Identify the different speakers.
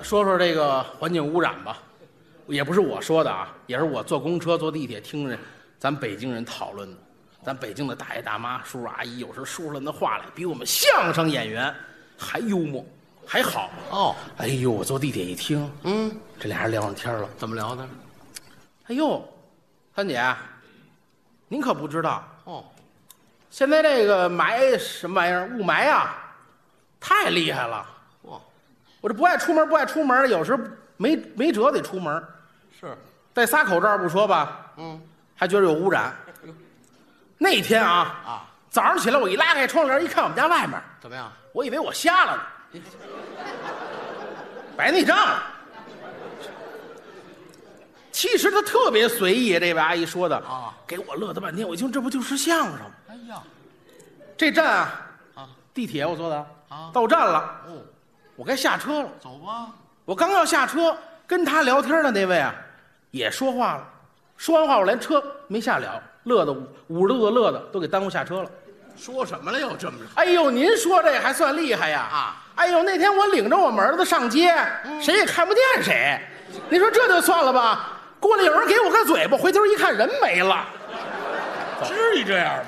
Speaker 1: 说说这个环境污染吧，也不是我说的啊，也是我坐公车、坐地铁听着咱北京人讨论的。咱北京的大爷大妈、叔叔阿姨，有时说出来那话来，比我们相声演员还幽默，还好。
Speaker 2: 哦，
Speaker 1: 哎呦，我坐地铁一听，
Speaker 2: 嗯，
Speaker 1: 这俩人聊上天了。
Speaker 2: 怎么聊的？
Speaker 1: 哎呦，三姐，您可不知道，
Speaker 2: 哦，
Speaker 1: 现在这个霾什么玩意儿，雾霾啊，太厉害了。
Speaker 2: 哇，
Speaker 1: 我这不爱出门，不爱出门，有时候没没辙得出门。
Speaker 2: 是，
Speaker 1: 戴仨口罩不说吧，
Speaker 2: 嗯
Speaker 1: 还觉得有污染。那天啊，
Speaker 2: 啊，
Speaker 1: 早上起来我一拉开窗帘一看，我们家外面，
Speaker 2: 怎么样？
Speaker 1: 我以为我瞎了呢， 白内障了。其实他特别随意，这位阿姨说的
Speaker 2: 啊，
Speaker 1: 给我乐的半天。我一听，这不就是相声吗？
Speaker 2: 哎呀，
Speaker 1: 这站啊，
Speaker 2: 啊，
Speaker 1: 地铁我坐的
Speaker 2: 啊
Speaker 1: 到站了，
Speaker 2: 哦，
Speaker 1: 我该下车了。
Speaker 2: 走吧。
Speaker 1: 我刚要下车，跟他聊天的那位啊，也说话了。说完话，我连车没下了，乐的捂着肚子乐的都给耽误下车了。
Speaker 2: 说什么了又这么着？
Speaker 1: 哎呦，您说这还算厉害呀？
Speaker 2: 啊！
Speaker 1: 哎呦，那天我领着我们儿子上街，谁也看不见谁。你说这就算了吧？过来有人给我个嘴巴，回头一看人没了。
Speaker 2: 至于这样吗？